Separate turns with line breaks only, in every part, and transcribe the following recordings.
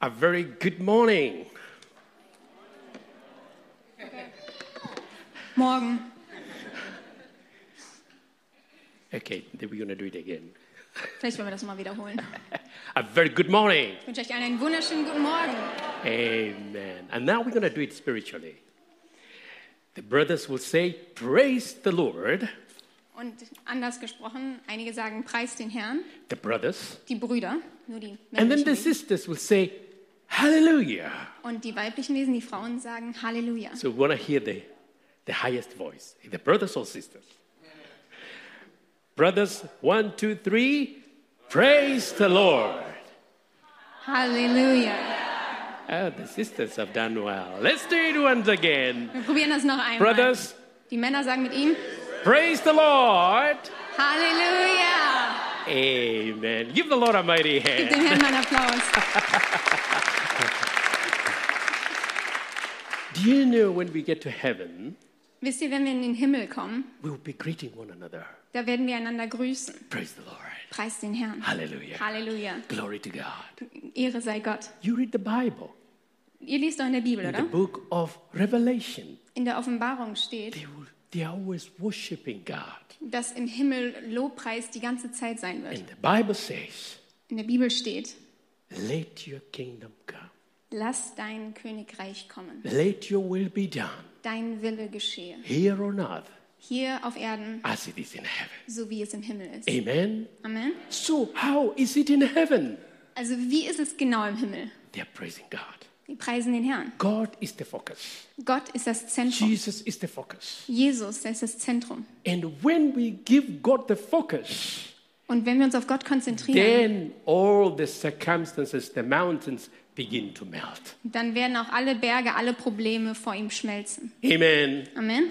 A very good morning.
Morgen.
Okay, then we're going to do it again.
Vielleicht wollen wir das nochmal wiederholen.
A very good morning.
Ich wünsche euch allen einen wunderschönen guten Morgen.
Amen. And now we're going to do it spiritually. The brothers will say, Praise the Lord.
Und anders gesprochen, einige sagen Preis den Herrn,
The brothers.
die Brüder, nur die
And then
männlichen
the
Wesen.
sisters will say, Hallelujah.
Und die weiblichen Wesen, die Frauen sagen Halleluja.
So we want to hear the, the highest voice. The brothers or sisters? Brothers, one, two, three. Praise the Lord.
Halleluja.
Oh, the sisters have done well. Let's do it once again.
Wir probieren das noch einmal.
Brothers,
Die Männer sagen mit ihm
praise the Lord.
Halleluja.
Amen. Give the Lord a mighty
Gib
hand.
dem Herrn mal einen Applaus.
Do you know when we get to heaven,
Wisst ihr, wenn wir in den Himmel kommen,
we will be greeting one another.
da werden wir einander grüßen.
Praise the Lord.
Preis den Herrn.
Hallelujah.
Halleluja.
Glory to God.
Ehre sei Gott.
You read the Bible,
Ihr liest doch in der Bibel,
in the
oder?
book of Revelation.
In der Offenbarung steht,
They, will, they are always worshiping God.
dass im Himmel Lobpreis die ganze Zeit sein wird.
And the Bible says,
In der Bibel steht,
let your kingdom come.
lass dein Königreich kommen,
Let your will be done
dein Wille geschehe,
here on earth
hier auf Erden,
as it is in heaven.
so wie es im Himmel ist.
Amen.
Amen.
So, how is it in heaven?
Also wie ist es genau im Himmel?
They are praising God.
Wir preisen den Herrn.
God is the focus.
Gott ist das Zentrum.
Jesus is the focus.
Jesus, der ist das Zentrum.
And when we give God the focus,
Und wenn wir uns auf Gott konzentrieren,
then all the circumstances, the mountains begin to melt.
dann werden auch alle Berge, alle Probleme vor ihm schmelzen.
Amen.
Amen.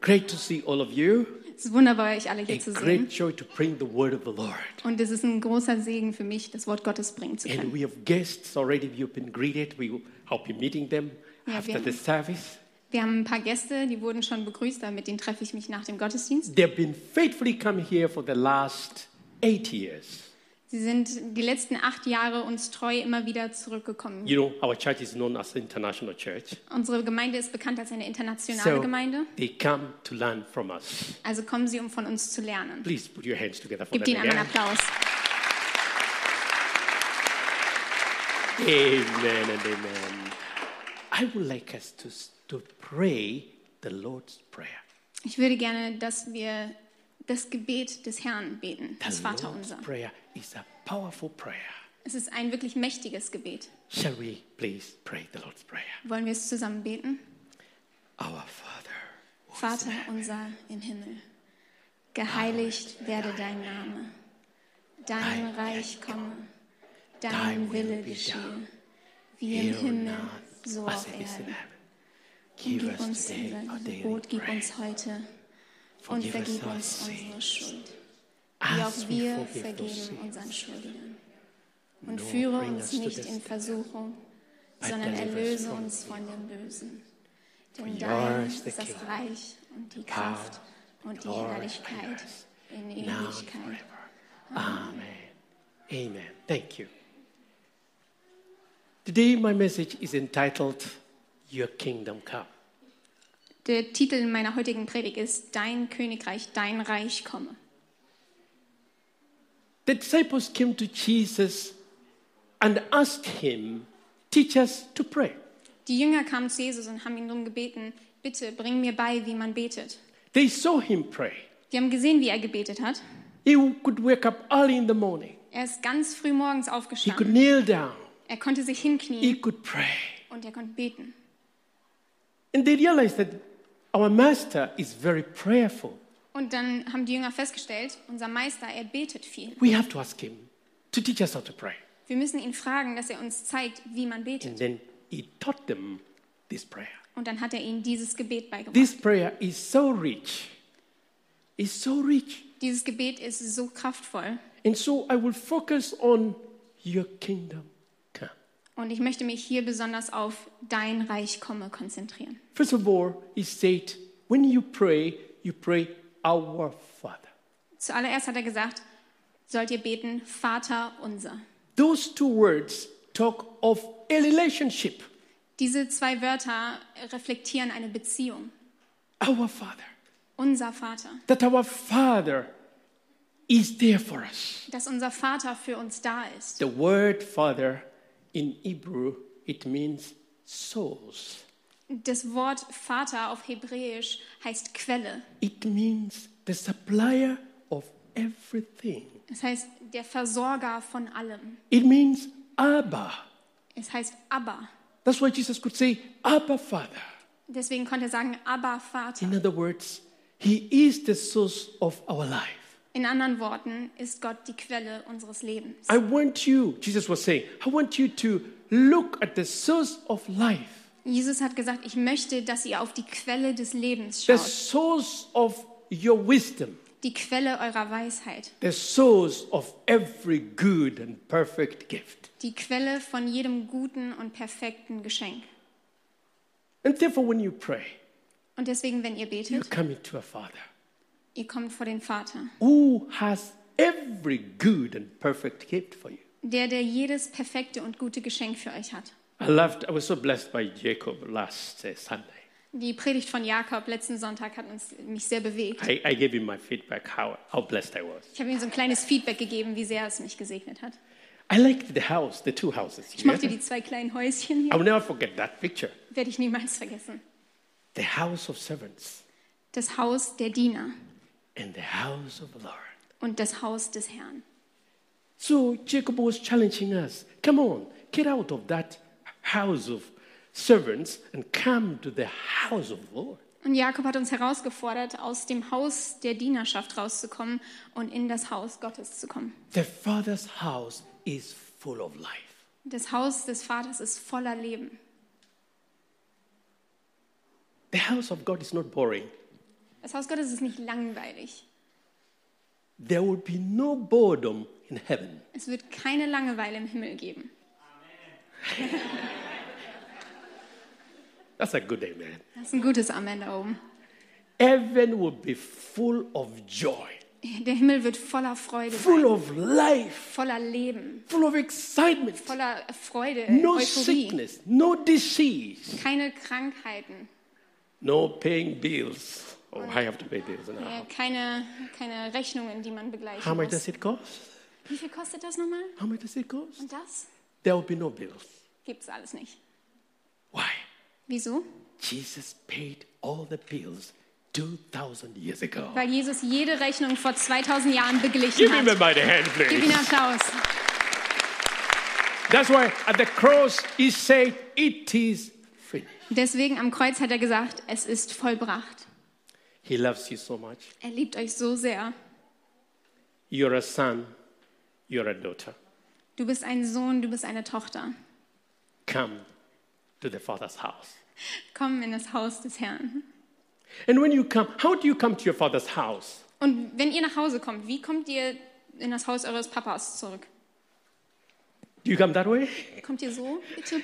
Great to see all of you.
Es ist wunderbar, euch alle
A
hier zu
great
sehen.
joy to bring the word of the Lord.
Und es ist ein großer Segen für mich, das Wort Gottes bringen zu
And
können.
we have guests already. You've been greeted. We hope you're meeting them
Ja,
after the
wir-
service.
Wir haben ein paar Gäste, die wurden schon begrüßt, aber mit denen treffe ich mich nach dem Gottesdienst.
They've been faithfully come here for the last eight years.
Sie sind die letzten acht Jahre uns treu immer wieder zurückgekommen.
You know, our church is known as International Church.
Unsere Gemeinde ist bekannt als eine internationale
So
Gemeinde,
they come to learn from us.
also kommen Sie, um von uns zu lernen.
Please put your hands together for
Gebt
them
ihnen einmal
again.
einen Applaus.
Amen and amen. I would like us to, to pray the Lord's Prayer.
Ich würde gerne, dass wir das Gebet des Herrn beten,
The
das
Lord's
Vaterunser.
Prayer is a powerful prayer.
Es ist ein wirklich mächtiges Gebet.
Shall we please pray the Lord's Prayer?
Wollen wir es zusammen beten?
Our Father. who is
Vater
in heaven,
unser im Himmel, geheiligt werde dein Name, dein Reich komme, dein Wille geschehe, wie im
Here on
Himmel,
earth,
so
as
auf
it is in
Erden.
heaven. Give
Gib
us
uns
today
unser
our daily
Brot, gib
bread.
uns heute und
Forgive us
vergib
our
uns unsere
sins.
Schuld, wie
As we
auch wir
forgive those
vergeben
sins.
unseren Schuldigern. Und
Nor
führe
bring
uns
us to
nicht
this
in Versuchung, sondern
deliver us
erlöse
from
uns von dem Bösen. Denn
yours
dein
is the
ist das
kingdom,
Reich und die
power,
Kraft und die
glory, and
Herrlichkeit
us
in
now and
Ewigkeit.
forever. Amen. Amen. Thank you. Today, my message is entitled Your Kingdom Come.
Der Titel meiner heutigen Predigt ist Dein Königreich, dein Reich komme.
The disciples came to Jesus and asked him, Teach us to pray.
Die Jünger kamen zu Jesus und haben ihn darum gebeten, bitte bring mir bei, wie man betet.
They saw him pray.
Die haben gesehen, wie er gebetet hat.
He could wake up early in the morning,
Er ist ganz früh morgens
he could
aufgestanden.
kneel down,
Er konnte sich
he
hinknien
could pray.
und er konnte beten.
And they realized that our Master is very prayerful.
Und dann haben die Jünger festgestellt, unser Meister, er betet viel.
We have to ask him to teach us how to pray.
Wir müssen ihn fragen, dass er uns zeigt, wie man
And
betet.
then he taught them this prayer.
Und dann hat er ihnen dieses Gebet beigebracht.
This prayer is so rich. It's so rich.
Dieses Gebet ist so kraftvoll.
And so I will focus on your kingdom come.
Und ich möchte mich hier besonders auf dein Reich komme konzentrieren.
First of all, he said, when you pray, you pray our Father.
Zuallererst hat er gesagt, sollt ihr beten, Vater unser.
Those two words talk of a relationship.
Diese zwei Wörter reflektieren eine Beziehung.
Our Father.
Unser Vater.
That our Father is there for us.
Dass unser Vater für uns da ist.
The word Father in Hebrew, it means source.
Das Wort Vater auf Hebräisch heißt Quelle.
It means the supplier of everything.
Es heißt der Versorger von allem.
It means Abba.
Es heißt Abba.
That's why Jesus could say, Abba, Father.
Deswegen konnte er sagen Abba Vater.
In other words, He is the source of our life.
In anderen Worten ist Gott die Quelle unseres Lebens.
I want you, Jesus was saying, I want you to look at the source of life,
Jesus hat gesagt, ich möchte, dass ihr auf die Quelle des Lebens
the
schaut,
source of your wisdom,
die Quelle eurer Weisheit,
the source of every good and perfect gift.
die Quelle von jedem guten und perfekten Geschenk.
And therefore, when you pray,
Und deswegen, wenn ihr
you
betet,
come into a Father
ihr kommt vor den Vater,
who has every good and perfect gift for you.
der, der jedes perfekte und gute Geschenk für euch hat.
I loved, I was so blessed by Jacob last uh, Sunday.
Die Predigt von Jakob letzten Sonntag hat uns, mich sehr bewegt.
I, I gave him my feedback, how, how blessed I was.
Ich habe ihm so ein kleines Feedback gegeben, wie sehr es mich gesegnet hat.
I liked the house, the two houses.
Ich
here.
mochte die zwei kleinen Häuschen
I
hier,
will never forget that picture.
werde ich niemals vergessen.
The house of servants
Das Haus der Diener
and the house of the Lord.
und das Haus des Herrn.
So Jacob was challenging us come on, get out of that house of servants and come to the house of the Lord.
Und Jakob hat uns herausgefordert, aus dem Haus der Dienerschaft rauszukommen und in das Haus Gottes zu kommen.
The Father's house is full of life.
Das Haus des Vaters ist voller Leben.
The house of God is not boring.
Das Haus Gottes ist nicht langweilig.
There will be no boredom in heaven.
Es wird keine Langeweile im Himmel geben.
That's a good amen.
Das ist ein gutes Amen da oben.
Heaven will be full of joy,
Der Himmel wird voller Freude sein,
full of life,
voller Leben,
full of excitement.
voller Freude,
no
Euphorie,
sickness, no disease,
keine Krankheiten,
no paying bills. Oh, I have to pay bills now.
äh, keine, keine Rechnungen, die man begleichen
How much
muss.
does it cost?
Wie viel kostet das nochmal?
How much does it cost?
Und das
There will be no bills.
gibt es alles nicht.
Why?
Wieso?
Jesus paid all the bills 2,000 years ago.
weil Jesus jede Rechnung vor 2000 Jahren beglichen
Give him a
hat.
mighty hand,
Gib ihm
please.
Applaus.
That's why at the cross he said, It is finished.
Deswegen am Kreuz hat er gesagt, es ist vollbracht.
He loves you so much.
Er liebt euch so sehr.
You're a son, you're a daughter.
Du bist ein Sohn, du bist eine Tochter.
Come to the Father's house.
Komm in das Haus des Herrn.
And when you come, how do you come to your Father's house?
Und wenn ihr nach Hause kommt, wie kommt ihr in das Haus eures Papas zurück?
Do you come that way?
Kommt ihr so, bitte,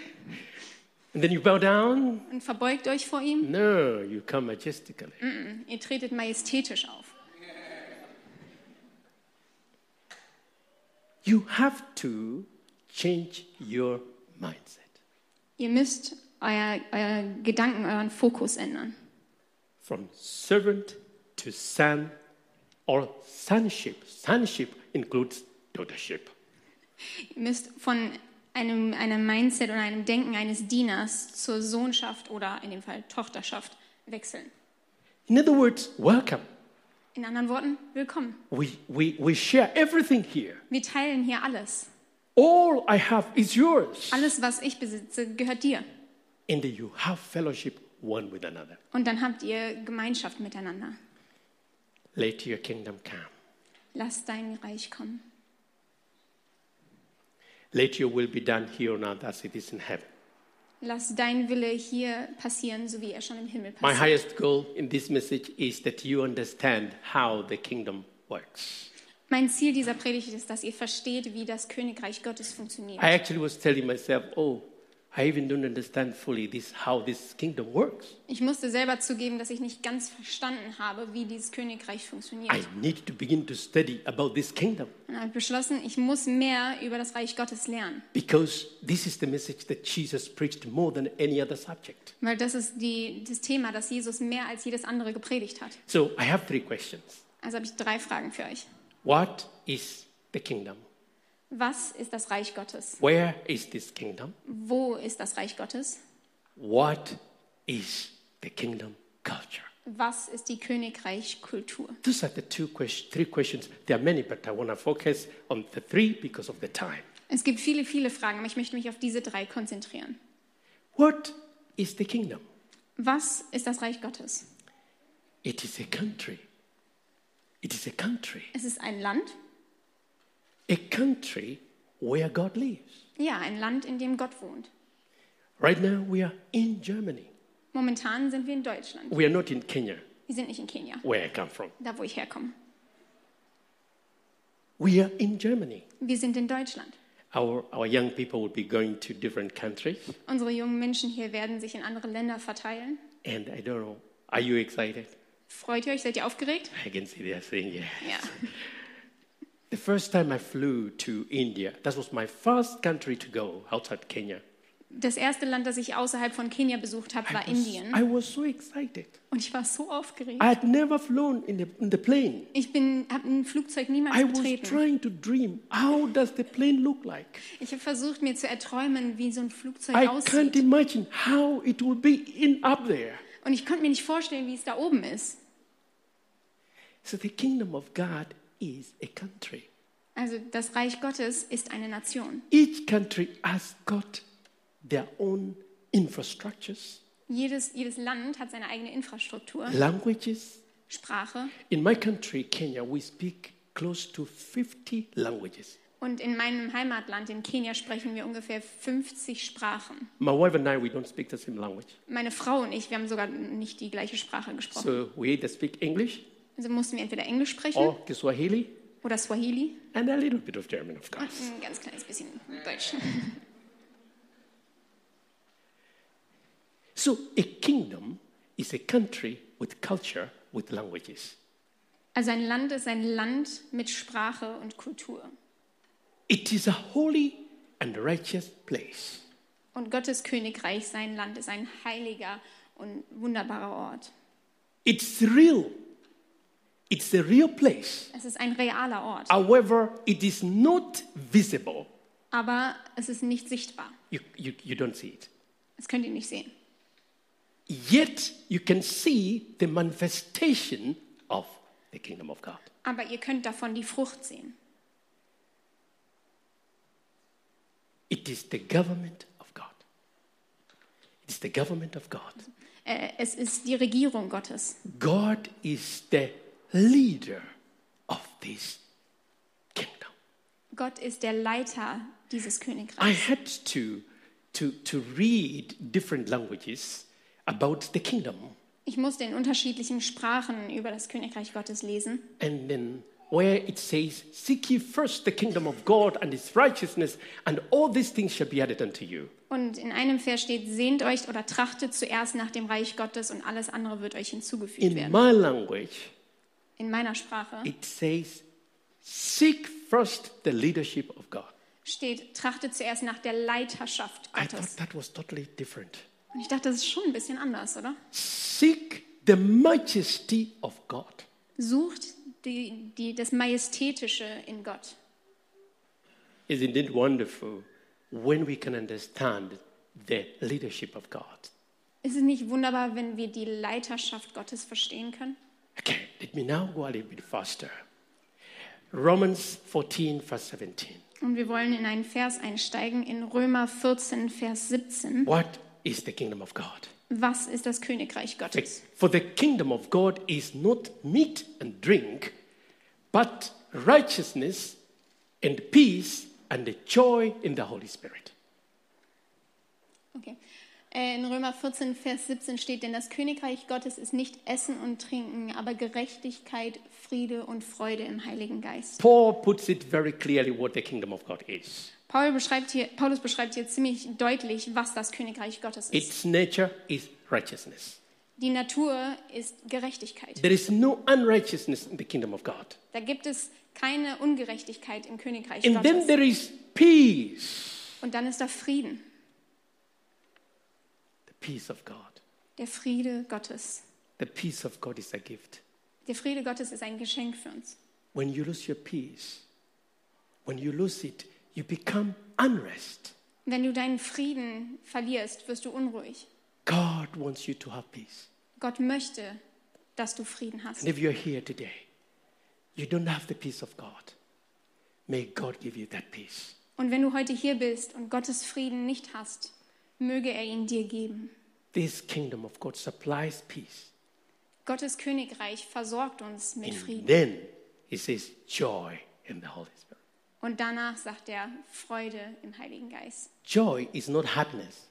And then you bow down?
und verbeugt euch vor ihm?
No, you come majestically.
Ihr tretet majestätisch auf.
You have to change your mindset
Ihr müsst euer, euer Gedanken, euren Fokus ändern.
from servant to son or sonship. Sonship includes daughtership.
Ihr müsst von einem, einem Mindset oder einem Denken eines Dieners zur Sohnschaft oder in dem Fall Tochterschaft wechseln.
In other words, welcome.
In anderen Worten, willkommen.
We, we, we share everything here.
Wir teilen hier alles.
All I have is yours.
Alles, was ich besitze, gehört dir.
And you have fellowship one with another.
Und dann habt ihr Gemeinschaft miteinander.
Let your kingdom come.
Lass dein Reich kommen.
Let your will be done here on earth as it is in heaven.
Lass dein Wille hier passieren, so wie er schon im Himmel
My
passiert.
highest goal in this message is that you understand how the kingdom works.
Mein Ziel dieser Predigt ist, dass ihr versteht, wie das Königreich Gottes funktioniert.
I actually was telling myself, oh, I even don't understand fully this how this kingdom works.
Ich musste selber zugeben, dass ich nicht ganz verstanden habe, wie dieses Königreich funktioniert.
I need to begin to study about this kingdom
Und dann habe ich beschlossen, ich muss mehr über das Reich Gottes lernen,
because this is the message that Jesus preached more than any other subject.
weil das ist die, das Thema, das Jesus mehr als jedes andere gepredigt hat.
So I have three questions.
Also habe ich drei Fragen für euch.
What is the kingdom?
Was ist das Reich Gottes?
Where is this kingdom?
Wo ist das Reich Gottes?
What is the kingdom culture?
Was ist die Königreich-Kultur?
Those are the two questions, three questions. There are many, but I want to focus on the three because of the time.
Es gibt viele, viele Fragen, aber ich möchte mich auf diese drei konzentrieren.
What is the kingdom?
Was ist das Reich Gottes?
It is a country. It is a country.
Es ist ein Land,
A country where God lives.
ja, ein Land, in dem Gott wohnt.
Right now, we are in Germany.
Momentan sind wir in Deutschland.
We are not in Kenya,
Wir sind nicht in Kenia,
where I come from.
da wo ich herkomme.
We are in Germany.
Wir sind in Deutschland.
Our, our young people will be going to different countries.
Unsere jungen Menschen hier werden sich in andere Länder verteilen.
And I don't know, are you excited?
Freut ihr euch? Seid ihr aufgeregt?
I can see they are saying yes.
Ja.
The first time I flew to India, that was my first country to go outside Kenya.
Das erste Land, das ich außerhalb von Kenia besucht habe, war
I was-
Indien.
I was so excited.
Und ich war so aufgeregt.
I had never flown in the, in the plane.
Ich bin, habe ein Flugzeug niemals
I was
betreten.
trying to dream how does the plane look like?
Ich habe versucht, mir zu erträumen, wie so ein Flugzeug
I can't
aussieht.
imagine how it will be in up there.
Und ich konnte mir nicht vorstellen, wie es da oben ist.
So the kingdom of God is a country.
Also das Reich Gottes ist eine Nation.
Each country has got their own infrastructures,
Jedes, jedes Land hat seine eigene Infrastruktur,
languages.
Sprache.
In my country, Kenya, we speak close to 50 languages.
Und in meinem Heimatland, in Kenia, sprechen wir ungefähr 50 Sprachen.
My wife and I, we don't speak the same language.
Meine Frau und ich, wir haben sogar nicht die gleiche Sprache gesprochen.
So we either speak English
Also mussten wir entweder Englisch sprechen
or Kiswahili
oder Swahili
and a little bit of German, of
und
course.
ein ganz kleines bisschen Deutsch.
So a kingdom is a country with culture, with languages.
Also ein Land ist ein Land mit Sprache und Kultur.
It is a holy and righteous place.
Und Gottes Königreich, sein Land, ist ein heiliger und wunderbarer Ort.
It's real. It's a real place.
Es ist ein realer Ort,
However, it is not visible.
aber es ist nicht sichtbar.
You, you, you don't see it.
Das könnt ihr nicht sehen.
Yet you can see the manifestation of the kingdom of God.
Aber ihr könnt davon die Frucht sehen.
It is the government of God. It is the government of God.
Äh, Es ist die Regierung Gottes.
God is the leader of this kingdom.
Gott ist der Leiter dieses
I
Königreichs.
had to, to, to read different languages about the kingdom.
Ich musste in unterschiedlichen Sprachen über das Königreich Gottes lesen.
And then where it says, Seek ye first the kingdom of God and his righteousness, and all these things shall be added unto you.
Und in einem Vers steht, sehnt euch oder trachtet zuerst nach dem Reich Gottes und alles andere wird euch hinzugefügt
In
werden.
my language,
In meiner Sprache
it says, Seek first the leadership of God.
steht, trachtet zuerst nach der Leiterschaft
I thought
Gottes.
that was totally different.
Und ich dachte, das ist schon ein bisschen anders, oder?
Seek the majesty of God.
Sucht die, die, das Majestätische in Gott.
Isn't it wonderful when we can understand the leadership of God?
Ist es nicht wunderbar, wenn wir die Leiterschaft Gottes verstehen können?
Okay, let me now go a little bit faster. Romans 14, verse 17.
Und wir wollen in einen Vers einsteigen, in Römer 14, Vers 17.
What is the kingdom of God?
Was ist das Königreich Gottes?
For the kingdom of God is not meat and drink, but righteousness and peace and the joy in the Holy Spirit.
Okay. Äh, In Römer 14, Vers 17 steht, denn das Königreich Gottes ist nicht Essen und Trinken, aber Gerechtigkeit, Friede und Freude im Heiligen Geist.
Paul puts it very clearly what the kingdom of God is.
Paul beschreibt hier, Paulus beschreibt hier ziemlich deutlich, was das Königreich Gottes ist.
Its nature is righteousness.
Die Natur ist Gerechtigkeit.
There is no unrighteousness in the kingdom of God.
Da gibt es keine Ungerechtigkeit im Königreich
And then
Gottes.
there is peace,
Und dann ist da Frieden,
the peace of God.
der Friede Gottes.
The peace of God is a gift.
Der Friede Gottes ist ein Geschenk für uns.
When you lose your peace, when you lose it, you become unrest.
Wenn du deinen Frieden verlierst, wirst du unruhig.
God wants you to have peace.
Gott möchte, dass du Frieden hast.
And if you're here today, you don't have the peace of God. May God give you that peace.
Und wenn du heute hier bist und Gottes Frieden nicht hast, möge er ihn dir geben.
This kingdom of God supplies peace.
Gottes Königreich versorgt uns mit
And
Frieden.
then he says, joy in the Holy Spirit.
Und danach sagt er Freude im Heiligen Geist.
Joy is not happiness.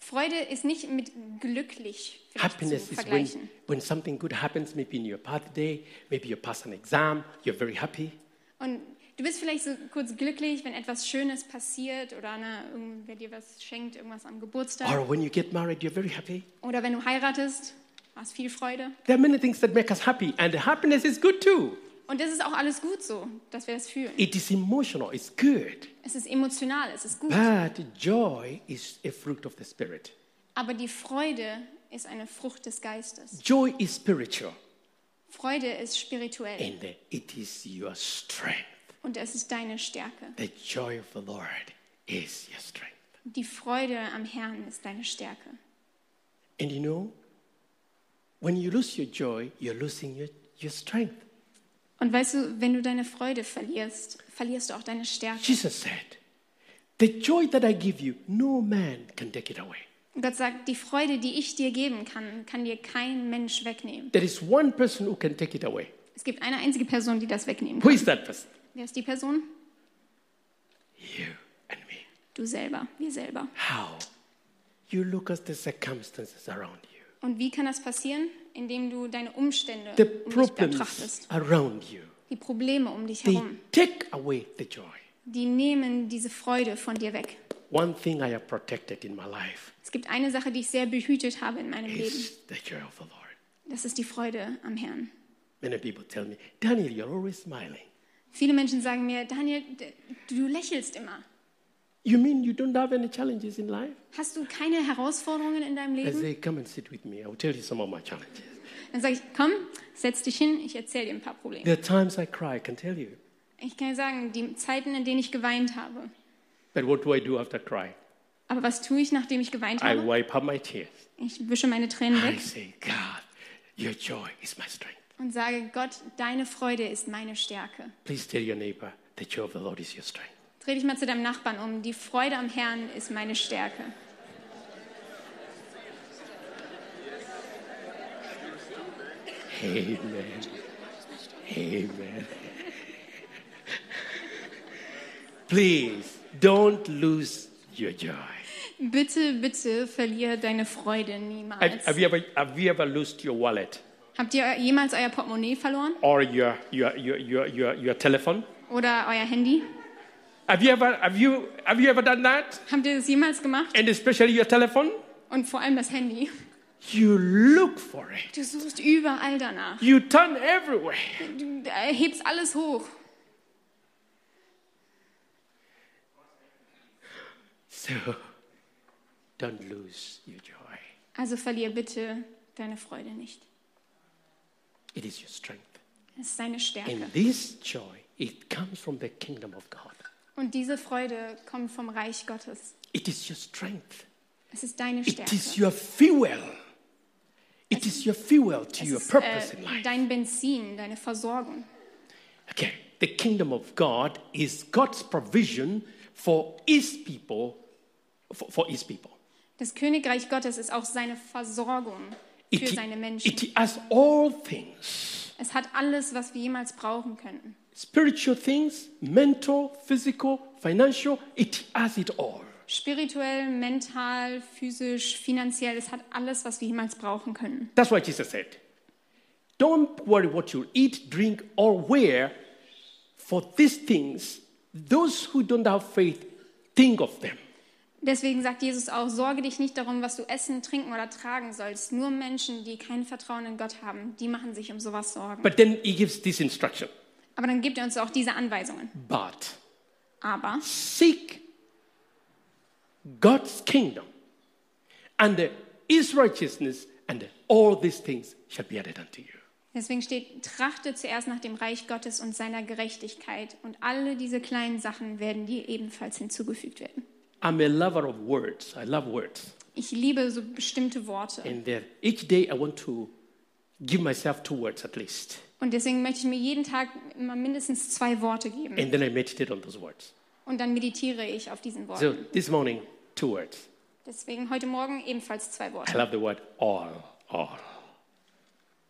Freude ist nicht mit glücklich vielleicht
Happiness
zu
is when,
vergleichen.
when something good happens, maybe in your birthday, maybe you pass an exam, you're very happy.
Und du bist vielleicht so kurz glücklich, wenn etwas Schönes passiert oder ne, irgendwer dir was schenkt, irgendwas am Geburtstag.
Or when you get married, you're very happy.
Oder wenn du heiratest, hast viel Freude.
There are many things that make us happy, and happiness is good too.
Und das ist auch alles gut so, dass wir das fühlen.
It is emotional, it's good.
Es ist emotional, es ist gut.
But joy is a fruit of the Spirit.
Aber die Freude ist eine Frucht des Geistes.
Joy is spiritual,
Freude ist spirituell
and it is your strength.
und es ist deine Stärke.
The joy of the Lord is your strength.
Die Freude am Herrn ist deine Stärke.
And you know, when you lose your joy, you're losing your, your strength.
Und weißt du, wenn du deine Freude verlierst, verlierst du auch deine Stärke.
Jesus said, The joy that I give you, no man can take it away.
Und Gott sagt, die Freude, die ich dir geben kann, kann dir kein Mensch wegnehmen.
There is one person who can take it away.
Es gibt eine einzige Person, die das wegnehmen
Who
kann.
is that person?
Wer ist die Person?
You and me.
Du selber, wir selber.
How? You look at the circumstances around you,
Und wie kann das passieren? Indem du deine Umstände
the
um dich
problems
betrachtest,
around you.
die Probleme um dich
They
herum.
take away the joy.
Die nehmen diese Freude von dir weg.
One thing I have protected in my life
Es gibt eine Sache, die ich sehr behütet habe in meinem Leben.
is the joy of the Lord.
Das ist die Freude am Herrn.
Many people tell me, Daniel, you're always smiling.
Viele Menschen sagen mir, Daniel, d- du lächelst immer.
You mean you don't have any challenges in life?
Hast du keine Herausforderungen in deinem
I
Leben?
say, come and sit with me. I will tell you some of my challenges.
Dann sage ich, komm, setz dich hin, ich erzähle dir ein paar Probleme.
There are times I cry, I can tell you.
Ich kann dir sagen, die Zeiten, in denen ich geweint habe.
But what do I do after crying?
Aber was tue ich, nachdem ich geweint
I
habe?
wipe up my tears.
Ich wische meine Tränen
I
weg
say, God, your joy is my strength.
und sage, Gott, deine Freude ist meine Stärke.
Please tell your neighbor, the joy of the Lord is your strength.
Dreh dich mal zu deinem Nachbarn um. Die Freude am Herrn ist meine Stärke.
Amen. Amen. Please don't lose your joy.
Bitte, bitte verliere deine Freude
Have,
niemals.
have you ever have you ever lost your wallet
Habt ihr jemals euer Portemonnaie verloren
or your your your your your, your telephone?
oder euer Handy?
Have you ever have you have you ever done that?
Habt ihr das jemals gemacht?
And especially your telephone?
Und vor allem das Handy.
You look for it.
Du suchst überall danach.
You turn everywhere.
Du äh, hebst alles hoch.
So don't lose your joy.
Also verliere bitte deine Freude nicht.
It is your strength.
Es ist deine Stärke.
And this joy, it comes from the kingdom of God.
Und diese Freude kommt vom Reich Gottes.
It is your strength.
Es ist deine
It is
Stärke.
your fuel. It is your fuel to
Es
your
ist
purpose in
äh,
life.
dein Benzin, deine Versorgung.
Okay, the kingdom of God is God's provision for his people, for, for his people.
Das Königreich Gottes ist auch seine Versorgung für
It,
seine Menschen.
it has all things
Es hat alles, was wir jemals brauchen könnten.
spiritual things, mental, physical, financial, it has it all.
Spirituell, mental, physisch, finanziell, es hat alles, was wir jemals brauchen können.
That's why Jesus said, Don't worry what you eat, drink, or wear, for these things Those who don't have faith, think of them.
Deswegen sagt Jesus auch, sorge dich nicht darum, was du essen, trinken oder tragen sollst. Nur Menschen, die kein Vertrauen in Gott haben, die machen sich um sowas Sorgen.
But then he gives this instruction.
Aber dann gibt er uns auch diese Anweisungen.
But
Aber
seek God's kingdom and the- his righteousness, and all these things shall be added unto you.
deswegen steht, trachte zuerst nach dem Reich Gottes und seiner Gerechtigkeit. Und alle diese kleinen Sachen werden dir ebenfalls hinzugefügt werden.
I'm a lover of words. I love words.
Ich liebe so bestimmte Worte.
And there, each day I want to give myself two words at least.
Und deswegen möchte ich mir jeden Tag immer mindestens zwei Worte geben.
And then I meditate on those words.
Und dann meditiere ich auf diesen
So
Worten.
this morning, two words.
Deswegen heute Morgen ebenfalls zwei
I
Worte.
love the word all, all,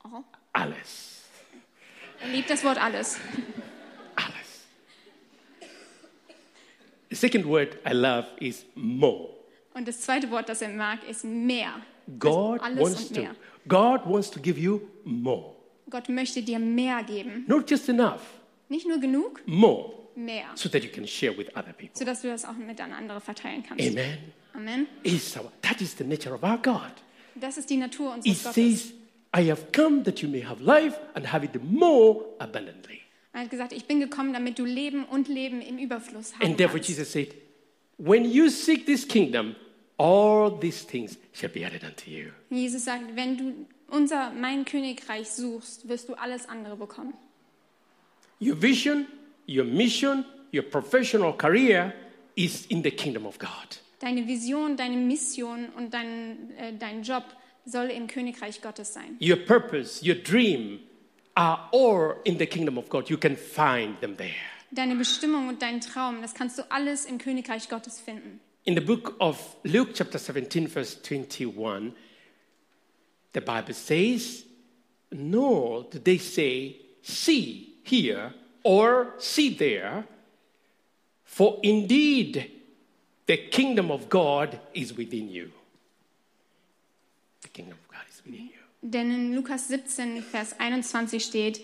Oh,
alles,
er liebt das Wort alles.
alles. The second word I love is more.
Und das zweite Wort, das er mag, ist mehr.
God
alles
wants
und
to.
mehr.
God wants to give you more.
Gott möchte dir mehr geben.
Not just enough,
Nicht nur genug,
more,
mehr.
so that you can share with other people.
Sodass du das auch mit an andere verteilen kannst.
Amen.
Amen.
Is our, that is the nature of our God.
Das ist die Natur
He
unseres Gottes.
says, I have come that you may have life and have it more abundantly.
Er hat gesagt, ich bin gekommen, damit du Leben und Leben im Überfluss haben
And therefore,
kannst.
Jesus said, When you seek this kingdom, all these things shall be added unto you.
Jesus sagt, wenn du unser, mein Königreich suchst, wirst du alles andere bekommen.
Your vision, your mission, your professional career is in the kingdom of God.
Deine Vision, deine Mission und dein, äh, dein Job soll im Königreich Gottes sein.
Your purpose, your dream are all in the kingdom of God. You can find them there.
Deine Bestimmung und deinen Traum, das kannst du alles im Königreich Gottes finden.
In the book of Luke, chapter 17, verse 21, the Bible says, Nor do they say, See here or see there, for indeed the kingdom of God is within you. The kingdom of God is within you.
Denn in Lukas 17, Vers 21 steht,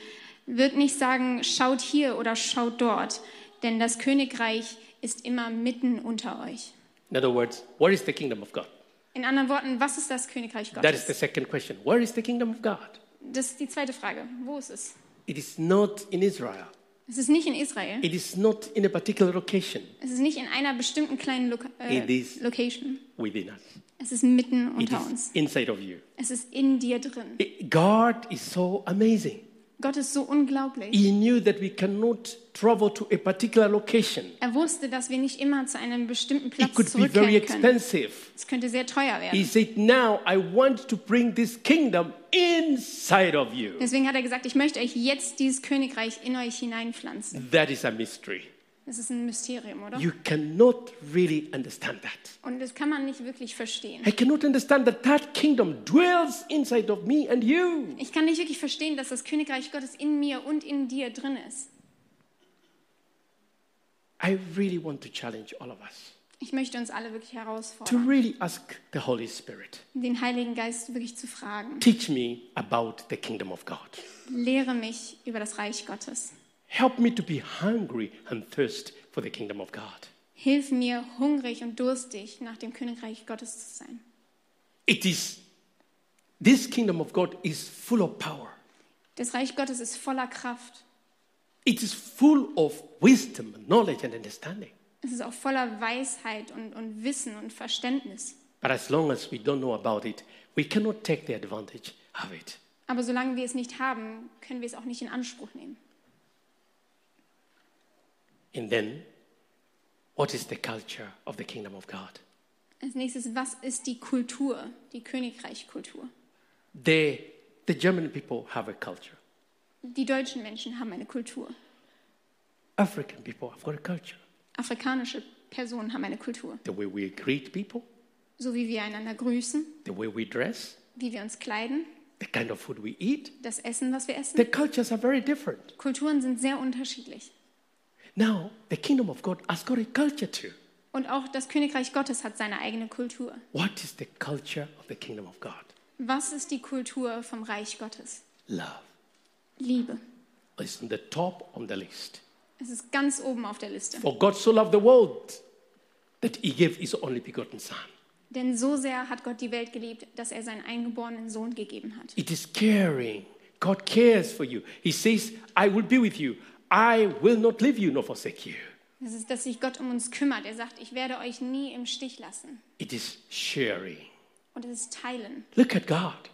wird nicht sagen, schaut hier oder schaut dort, denn das Königreich ist immer mitten unter euch.
In other words, what is the kingdom of God?
In anderen Worten, was ist das Königreich
That is the
Gottes?
second question. Where is the kingdom of God?
Das ist die zweite Frage. Wo ist es?
It is not in Israel.
Es ist nicht in Israel.
It is not in a particular location
Es ist nicht in einer bestimmten kleinen Loka
It
äh,
is-
Location.
within us.
Es ist mitten
It
unter
is
uns.
inside of you.
Es ist in dir drin.
It- God is so amazing.
Gott ist so unglaublich.
He knew that we cannot travel to a particular location.
Er wusste, dass wir nicht immer zu einem bestimmten
It
Platz
could be very
zurückkehren können.
expensive.
Es könnte sehr teuer werden.
He said, Now I want to bring this kingdom inside of you.
Deswegen hat er gesagt, ich möchte euch jetzt dieses Königreich in euch hineinpflanzen.
That is a mystery.
Das ist ein Mysterium, oder?
You cannot really understand that.
Und das kann man nicht wirklich verstehen.
I cannot understand that that kingdom dwells inside of me and you.
Ich kann nicht wirklich verstehen, dass das Königreich Gottes in mir und in dir drin ist.
I really want to challenge all of us
Ich möchte uns alle wirklich
to
herausfordern,
really ask the Holy Spirit,
den Heiligen Geist wirklich zu fragen.
teach me about the kingdom of God.
Lehre mich über das Reich Gottes.
Help me to be hungry and thirst for the kingdom of God.
Hilf mir, hungrig und durstig nach dem Königreich Gottes zu sein.
It is, this kingdom of God is full of power,
Das Reich Gottes ist voller Kraft.
it is full of wisdom, knowledge, and understanding.
Es ist auch voller Weisheit und, und Wissen und Verständnis.
But as long as we don't know about it, we cannot take the advantage of it.
Aber solange wir es nicht haben, können wir es auch nicht in Anspruch nehmen.
And then, what is the culture of the kingdom of God?
Als nächstes, was ist die Kultur, die Königreichkultur?
They, the German people have a culture.
Die deutschen Menschen haben eine Kultur.
African people have got a culture.
Afrikanische Personen haben eine Kultur.
The way we greet people,
So wie wir einander grüßen,
the way we dress,
wie wir uns kleiden,
the kind of food we eat.
das Essen, was wir essen.
The cultures are very different.
Kulturen sind sehr unterschiedlich.
Now, the kingdom of God has got a culture too.
Und auch das Königreich Gottes hat seine eigene Kultur.
What is the culture of the kingdom of God?
Was ist die Kultur vom Reich Gottes?
Love
Liebe
is on the top on the list.
Es ist ganz oben auf der Liste.
For God so loved the world that he gave his only begotten Son.
Denn so sehr hat Gott die Welt geliebt, dass er seinen eingeborenen Sohn gegeben hat.
It is caring. God cares for you. He says, I will be with you. I will not leave you nor forsake you.
Das ist, dass sich Gott um uns kümmert. Er sagt, ich werde euch nie im Stich lassen.
It is sharing.
Und es ist Teilen.
Look at God.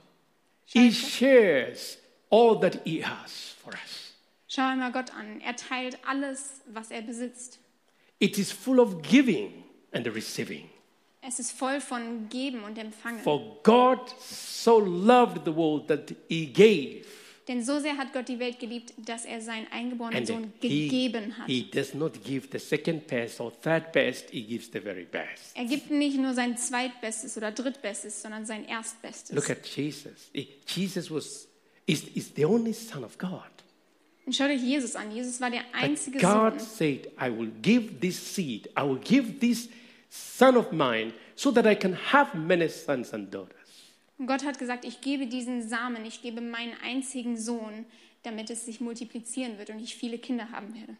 He shares all that he has for us.
Schau einmal Gott an. Er teilt alles, was er besitzt.
It is full of giving and receiving.
Es ist voll von Geben und Empfangen.
For God so loved the world that he gave.
Denn so sehr hat Gott die Welt geliebt, dass er seinen eingeborenen
And
Sohn
he,
gegeben hat.
he does not give the second best or third best, he gives the very best.
Er gibt nicht nur sein Zweitbestes oder Drittbestes, sondern sein Erstbestes.
Look at Jesus. He- Jesus was, is, is the only Son of God.
Und schau dir Jesus an. Jesus war der
But
einzige
God
Sohn.
said, I will give this seed, I will give this son of mine so that I can have many sons and daughters.
Und Gott hat gesagt, ich gebe diesen Samen, ich gebe meinen einzigen Sohn, damit es sich multiplizieren wird und ich viele Kinder haben werde.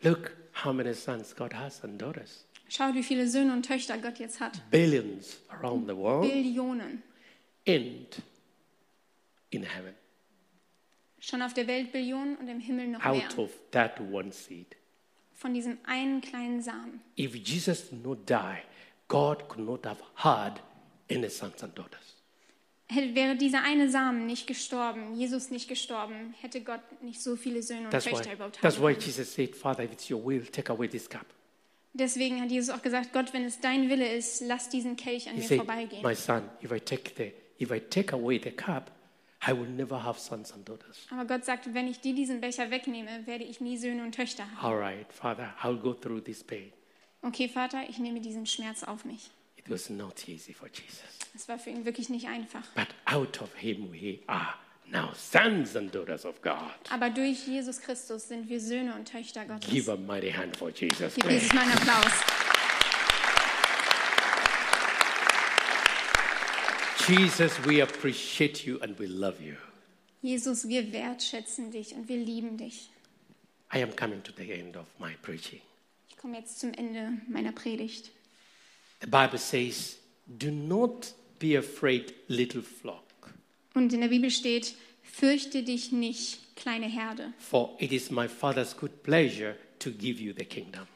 Look how many sons God has and daughters.
Schau, wie viele Söhne und Töchter Gott jetzt hat.
Billions around the world
Billionen.
and in heaven
Schon auf der Welt Billionen und im Himmel noch mehr.
out of that one seed.
Von diesem einen kleinen Samen.
If Jesus did not die, God could not have had any sons and daughters.
Hätte- Wäre dieser eine Samen nicht gestorben, Jesus nicht gestorben, hätte Gott nicht so viele Söhne und
That's why,
Töchter überhaupt haben.
that's why
können.
Jesus said, Father, if it's your will, take away this cup.
Deswegen hat Jesus auch gesagt, Gott, wenn es dein Wille ist, lass diesen Kelch an
He
mir
said,
vorbeigehen.
"My son, if I take the, if I take away the cup, I will never have sons and daughters."
Aber Gott sagt, wenn ich dir diesen Becher wegnehme, werde ich nie Söhne und Töchter haben.
All right, Father, I'll go through this pain.
Okay, Vater, ich nehme diesen Schmerz auf mich.
It was not easy for Jesus,
Es war für ihn wirklich nicht einfach.
but out of him we are now sons and daughters of God.
Aber durch Jesus Christus sind wir Söhne und Töchter Gottes.
Give a mighty hand for Jesus.
Gib
please.
Jesus mal einen Applaus.
Jesus, we appreciate you and we love you.
Jesus, wir wertschätzen dich und wir lieben dich.
I am coming to the end of my preaching.
Ich komme jetzt zum Ende meiner Predigt.
The Bible says, "Do not be afraid, little flock."
Und in der Bibel steht, fürchte dich nicht, kleine Herde,
For it is my Father's good pleasure to give you the kingdom.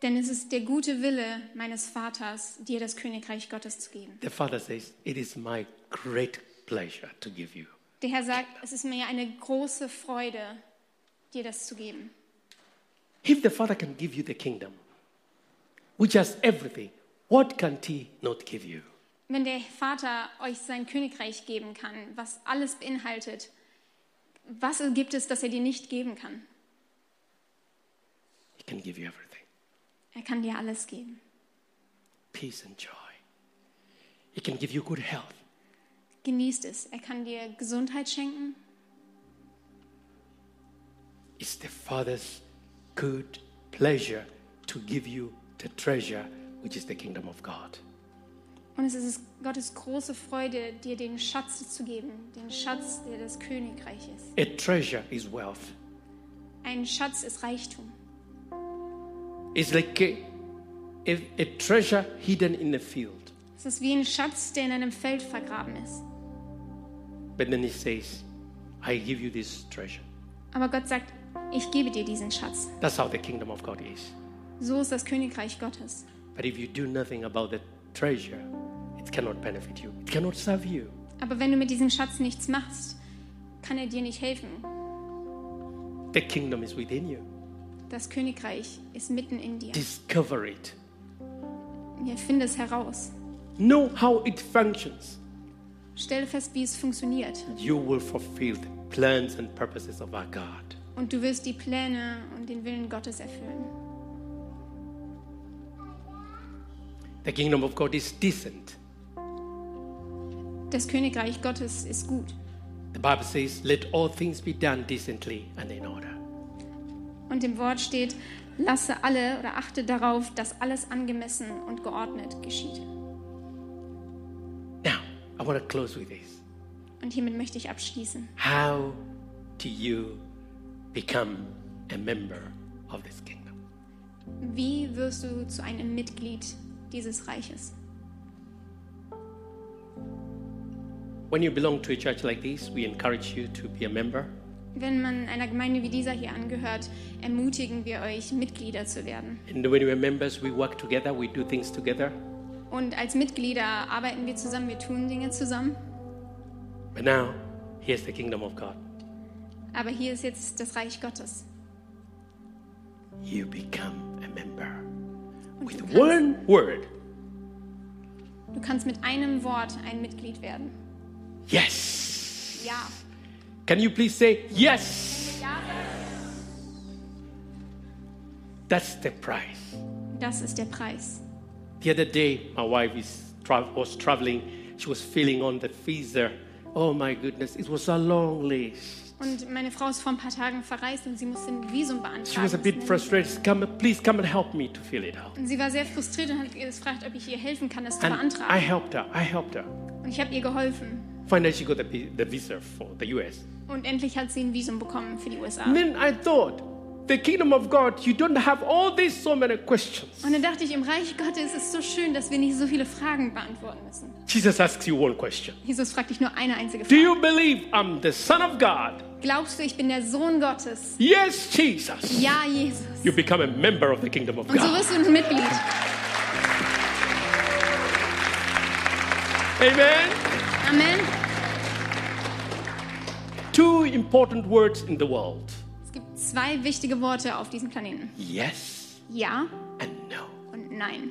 denn es ist der gute Wille meines Vaters, dir das Königreich Gottes zu geben.
The Father says, It is my great pleasure to give you.
Der Herr sagt, es ist mir eine große Freude, dir das zu geben.
If the Father can give you the kingdom, which has everything, what can He not give you?
Wenn der Vater euch sein Königreich geben kann, was alles beinhaltet, was gibt es, das er dir nicht geben kann?
He can give you everything
Er kann dir alles geben.
peace and joy. He can give you good health.
Genießt es. Er kann dir Gesundheit schenken.
It's the Father's good pleasure to give you the treasure, which is the kingdom of God.
Und es ist Gottes große Freude, dir den Schatz zu geben. Den Schatz, der das Königreich ist.
A treasure is wealth.
Ein Schatz ist Reichtum.
It's like a, a, a treasure hidden in a field.
Es ist wie ein Schatz, der in einem Feld vergraben ist.
But then he says, I give you this treasure.
Aber Gott sagt, ich gebe dir diesen Schatz.
That's how the kingdom of God is.
So ist das Königreich Gottes.
But if you do nothing about the treasure, it cannot benefit you, it cannot serve you.
Aber wenn du mit diesem Schatz nichts machst, kann er dir nicht helfen.
The kingdom is within you.
Das Königreich ist mitten in dir.
Discover it,
Ja, finde es heraus.
know how it functions.
Stelle fest, wie es funktioniert.
You will fulfill the plans and purposes of our God.
Und du wirst die Pläne und den Willen Gottes erfüllen.
The kingdom of God is decent.
Das Königreich Gottes ist gut.
The Bible says, Let all things be done decently and in order.
Und im Wort steht, lasse alle oder achte darauf, dass alles angemessen und geordnet geschieht.
Now, I want to close with this.
Und hiermit möchte ich abschließen.
How do you become a member of this kingdom.
Wie wirst du zu einem Mitglied dieses Reiches?
When you belong to a church like this, we encourage you to be a member.
Wenn man einer Gemeinde wie dieser hier angehört, ermutigen wir euch, Mitglieder zu werden.
And when we are members, we work together, we do things together.
Und als Mitglieder arbeiten wir zusammen, wir tun Dinge zusammen.
But now, here's the kingdom of God.
Aber hier ist jetzt das Reich Gottes.
You become a member.
Und
With
du, kannst,
one word,
du kannst mit einem Wort ein Mitglied werden.
yes.
Ja.
Can you please say yes?
Ja.
That's the price.
Das ist der Preis.
The other day, my wife is tra- was traveling. She was feeling on the freezer. Oh my goodness, it was a long list.
Und meine Frau ist vor ein paar Tagen verreist und sie musste ein Visum
She was a bit
beantragen.
frustrated. She said, Come, please come and help me to fill it out.
Und sie war sehr frustriert und hat gefragt, ob ich ihr helfen kann, das zu
And I
beantragen.
helped her. I helped her.
Und ich habe ihr geholfen.
Finally, she got the, vi- the visa for the US.
Und endlich hat sie ein Visum bekommen für die USA.
And then I thought, the kingdom of God, you don't have all these so many questions.
Und dann dachte ich, im Reich Gottes ist es so schön, dass wir nicht so viele Fragen beantworten müssen.
Jesus asks you one question
Jesus fragt dich nur eine einzige
Do
Frage.
you believe I'm the Son of God?
Glaubst du, ich bin der Sohn Gottes?
Yes, Jesus.
Ja, Jesus.
You become a member of the kingdom of
Und so
God.
wirst du ein Mitglied.
Amen.
Amen.
Two important words in the world
Es gibt zwei wichtige Worte auf diesem Planeten.
yes
Ja
and no.
und nein.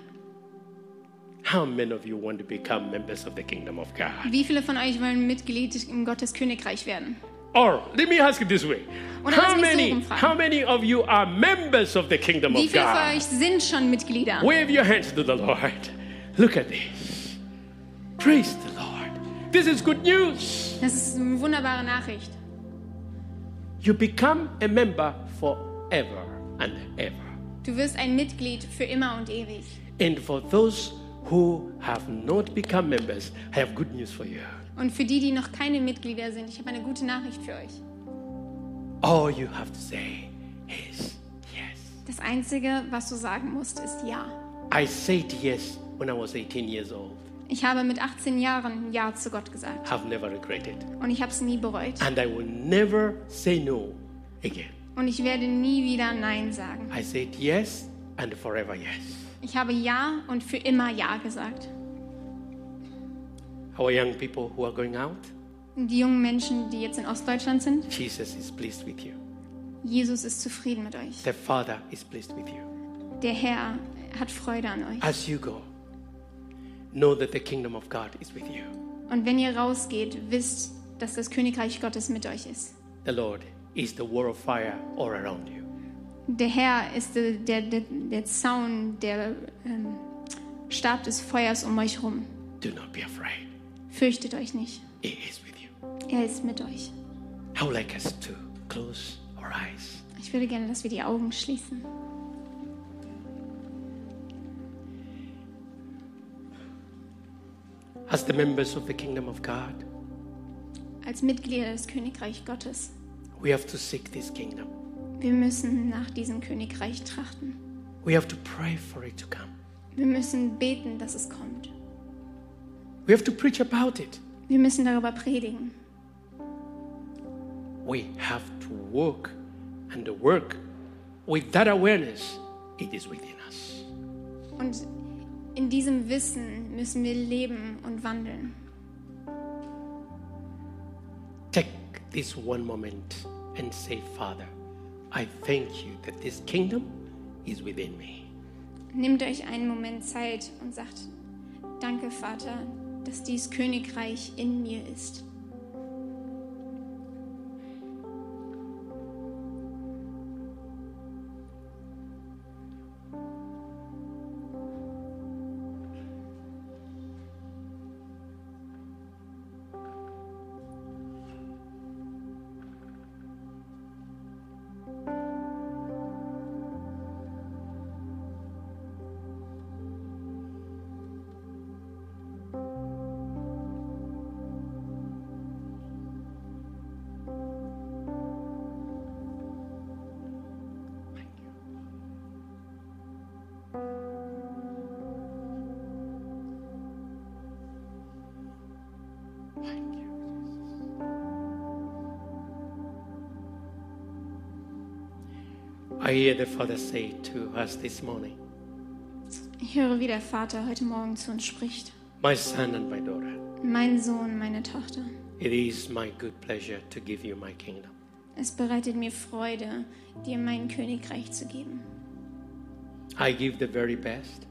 How many of you want to become members of the kingdom of God?
Wie viele von euch wollen Mitglied im Gottes Königreich werden?
Or let me ask it this way
Oder
How
lass mich so
many,
rumfragen.
how many of you are members of the kingdom
Wie
of
viele von
God?
euch sind schon Mitglieder?
Wave your hands to the Lord. Look at this. Praise the Lord. This is good news.
Das ist eine wunderbare Nachricht.
You become a member forever and ever.
Du wirst ein Mitglied für immer und ewig.
And for those who have not become members, I have good news for you.
Und für die, die noch keine Mitglieder sind, ich habe eine gute Nachricht für euch.
All you have to say is yes.
Das Einzige, was du sagen musst, ist Ja.
I said yes when I was 18 years old.
Ich habe mit 18 Jahren Ja zu Gott gesagt
Have never regretted.
und ich habe es nie bereut.
And I will never say no again.
Und ich werde nie wieder Nein sagen.
I said yes and forever yes.
Ich habe Ja und für immer Ja gesagt.
Our young people who are going out,
Und die jungen Menschen, die jetzt in Ostdeutschland sind,
Jesus is pleased with you.
Jesus ist zufrieden mit euch.
The Father is pleased with you.
Der Herr hat Freude an euch.
As you go, know that the kingdom of God is with you.
Und wenn ihr rausgeht, wisst, dass das Königreich Gottes mit euch ist.
The Lord is the wall of fire all around you.
Der Herr ist der, der, der, der Zaun, der ähm, Stab des Feuers um euch rum.
Do not be afraid.
Fürchtet euch nicht.
He is with you.
Er ist mit euch.
I would like us to close our eyes.
Ich würde gerne, dass wir die Augen schließen.
As the members of the kingdom of God,
Als Mitglieder des Königreich Gottes.
we have to seek this kingdom.
Wir müssen nach diesem Königreich trachten.
We have to pray for it to come.
Wir müssen beten, dass es kommt.
We have to preach about it.
Wir müssen darüber predigen.
We have to walk and work with that awareness. It is within us.
Und in diesem Wissen müssen wir leben und wandeln.
Take this one moment and say, Father, I thank you that this kingdom is within me.
Nehmt euch einen Moment Zeit und sagt, danke Vater, dass dies Königreich in mir ist.
I hear the Father say to us this morning,
Ich höre, wie der Vater heute Morgen zu uns spricht.
My son and my daughter,
Mein Sohn, meine Tochter,
it is my good pleasure to give you my kingdom.
es bereitet mir Freude, dir mein Königreich zu geben.
I give the very best.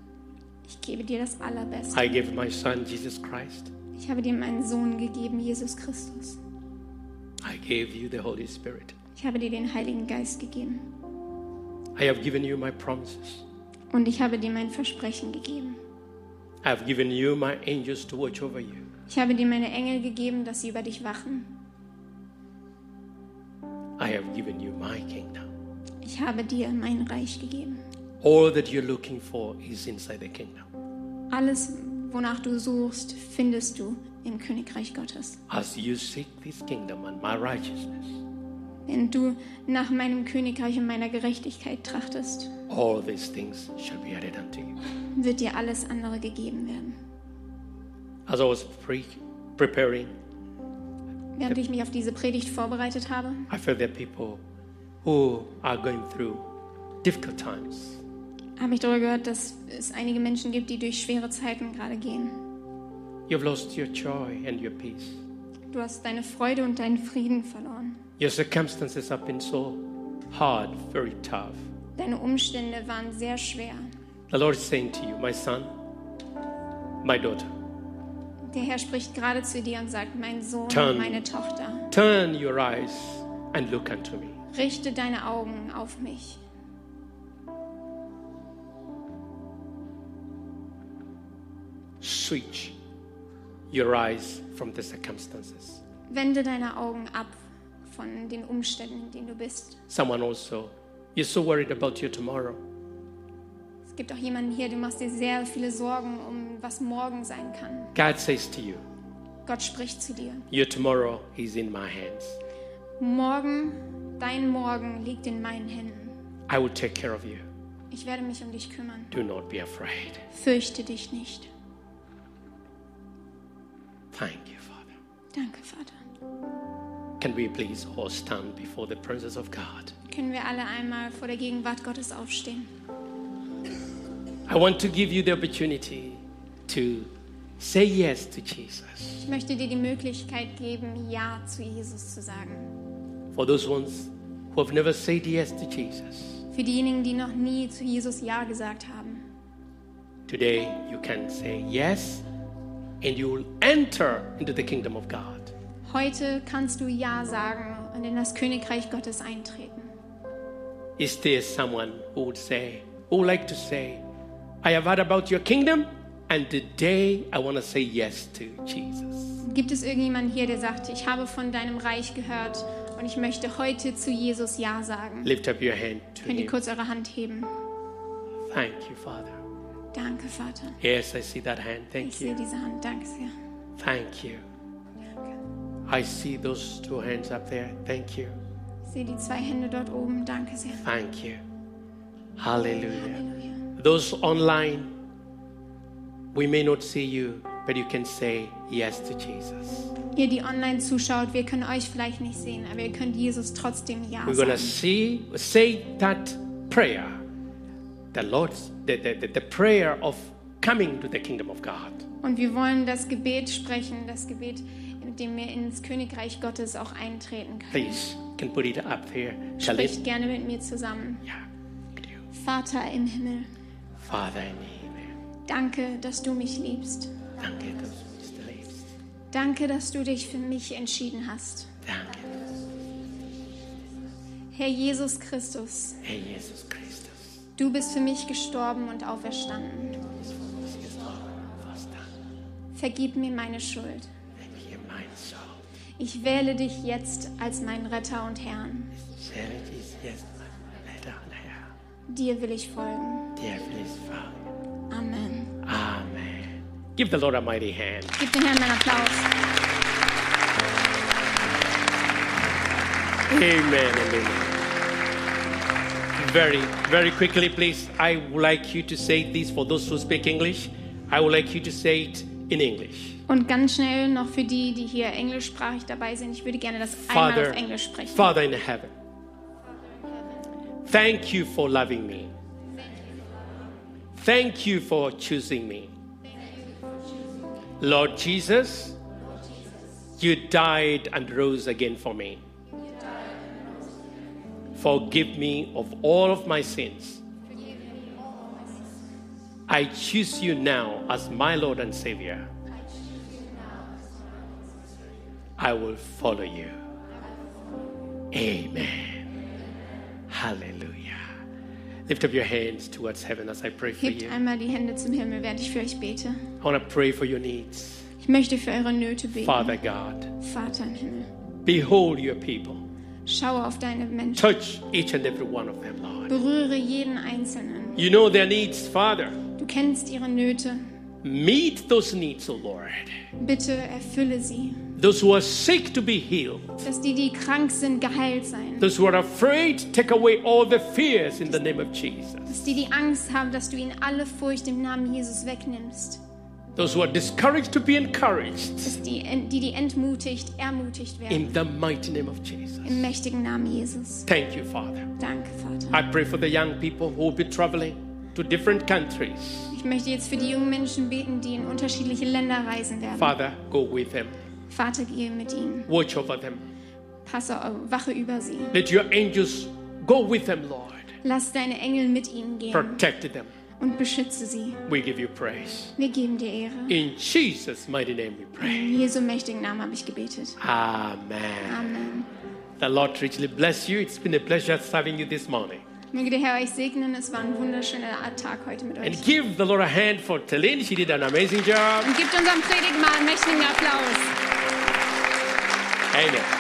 Ich gebe dir das Allerbeste.
I give my son Jesus Christ.
Ich habe dir meinen Sohn gegeben, Jesus Christus.
I gave you the Holy Spirit.
Ich habe dir den Heiligen Geist gegeben.
I have given you my promises.
Und ich habe dir mein Versprechen gegeben.
I have given you my angels to watch over you.
Ich habe dir meine Engel gegeben, dass sie über dich wachen.
I have given you my kingdom.
Ich habe dir mein Reich gegeben.
All that you're looking for is inside the kingdom.
Alles, wonach du suchst, findest du im Königreich Gottes.
As you seek this kingdom and my righteousness,
Wenn du nach meinem Königreich und meiner Gerechtigkeit trachtest,
all these things shall be added unto you.
wird dir alles andere gegeben werden.
As I was pre- preparing,
Während ich mich auf diese Predigt vorbereitet habe,
I felt there are people who are going through difficult times.
habe ich darüber gehört, dass es einige Menschen gibt, die durch schwere Zeiten gerade gehen.
You've lost your joy and your peace.
Du hast deine Freude und deinen Frieden verloren.
Your circumstances have been so hard, very tough.
Deine Umstände waren sehr schwer.
The Lord is saying to you, my son, my daughter,
Der Herr spricht gerade zu dir und sagt, mein Sohn,
Turn.
meine Tochter,
turn your eyes and look unto me.
richte deine Augen auf mich.
Switch your eyes from the circumstances.
Wende deine Augen ab von den Umständen, in denen du bist.
Someone also, you're so worried about your tomorrow.
Es gibt auch jemanden hier, du machst dir sehr viele Sorgen um, was morgen sein kann.
God says to you,
Gott spricht zu dir.
your tomorrow is in my hands.
Morgen, dein Morgen liegt in meinen Händen.
I will take care of you.
Ich werde mich um dich kümmern.
Do not be afraid.
Fürchte dich nicht.
Thank you, Father.
Danke, Vater.
Can we please all stand before the presence of God?
Können wir alle einmal vor der Gegenwart Gottes aufstehen?
I want to give you the opportunity to say yes to Jesus.
Ich möchte dir die Möglichkeit geben, Ja zu Jesus zu sagen.
For those ones who have never said yes to Jesus,
Für diejenigen, die noch nie zu Jesus Ja gesagt haben.
today you can say yes and you will enter into the kingdom of God.
Heute kannst du Ja sagen und in das Königreich Gottes eintreten.
Is there someone who would say, who would like to say, I have heard about your kingdom and today I want to say yes to Jesus?
Gibt es irgendjemanden hier, der sagt, ich habe von deinem Reich gehört und ich möchte heute zu Jesus Ja sagen?
Lift up your hand to
Könnt ihr
Him.
kurz eure Hand heben?
Thank you, Father.
Danke, Vater.
Yes, I see that hand.
Ich
Thank
sehe
you.
diese Hand. Danke sehr.
Thank you. I see those two hands up there. Thank you.
Ich sehe die zwei Hände dort oben. Danke sehr.
Thank you. Hallelujah.
Halleluja.
Those online, we may not see you, but you can say yes to Jesus.
Ihr, die online zuschaut, wir können euch vielleicht nicht sehen, aber ihr könnt Jesus trotzdem Ja
We're going to
sagen.
see, say that prayer, the Lord's, the, the, the, the prayer of coming to the kingdom of God.
Und wir wollen das Gebet sprechen, das Gebet, mit dem wir ins Königreich Gottes auch eintreten können.
Please, can put it up there. Shall it?
Spricht gerne mit mir zusammen.
Yeah. Could you?
Vater im Himmel,
Father in heaven,
danke, dass du mich liebst.
danke, dass du uns liebst.
Danke, dass du dich für mich entschieden hast.
Danke,
Herr Jesus Christus,
Herr Jesus Christus.
du bist für mich gestorben und auferstanden.
ist von uns gestorben und verstanden.
Vergib mir meine Schuld.
Wenn ihr mein Sohn
Ich wähle dich jetzt als meinen Retter und Herrn.
Selig ist jetzt mein Retter und Herr.
Dir will ich folgen.
Der fließt vor.
Amen.
Amen. Give the Lord a mighty hand.
Gib dem Herrn einen Applaus.
Amen. and Amen. Very, very quickly, please. I would like you to say this for those who speak English. I would like you to say it in English.
Und ganz schnell noch für die, die hier englischsprachig dabei sind, ich würde gerne das einmal auf Englisch sprechen.
Father in heaven,
Thank you for loving me. Thank you for choosing me. Lord Jesus, you died and rose again for me. Forgive me of all of my sins. I choose you now as my Lord and Savior. I will follow you. Amen. Hallelujah. Lift up your hands towards heaven as I pray for
Hebt
you.
einmal die Hände zum Himmel, während ich für euch bete.
I want to pray for your needs.
Ich möchte für eure Nöte beten.
Father God,
Vater im Himmel,
behold your people.
schaue auf deine Menschen.
Touch each and every one of them, Lord.
Berühre jeden Einzelnen.
You know their needs, Father.
Du kennst ihre Nöte.
Meet those needs, O Lord.
Bitte erfülle sie.
Those who are sick to be healed.
Dass die, die krank sind, geheilt seien.
Those who are afraid, take away all the fears in the name of Jesus.
Dass die, die Angst haben, dass du ihnen alle Furcht im Namen Jesus wegnimmst.
Those who are discouraged to be encouraged.
Dass die, die, die entmutigt, ermutigt werden.
In the mighty name of Jesus.
Im mächtigen Namen Jesus.
Thank you, Father.
Danke, Vater.
I pray for the young people who will be traveling to different countries.
Ich möchte jetzt für die jungen Menschen beten, die in unterschiedliche Länder reisen werden.
Father, go with them.
Vater, gehe mit ihnen.
Watch over them.
Passe, wache über sie.
Let your angels go with them, Lord.
Lass deine Engel mit ihnen gehen
Protect them.
und beschütze sie.
We give you praise.
Wir geben dir Ehre.
In Jesus' mighty name we pray.
In Jesu mächtigen Namen habe ich gebetet.
Amen.
Amen.
The Lord richly bless you. It's been a pleasure serving you this morning.
Möge der Herr euch segnen. Es war ein wunderschöner Tag heute mit
And
euch.
give the Lord a hand for Talin. She did an amazing job.
Und gebt unserem Predigt mal einen mächtigen Applaus.
Amen.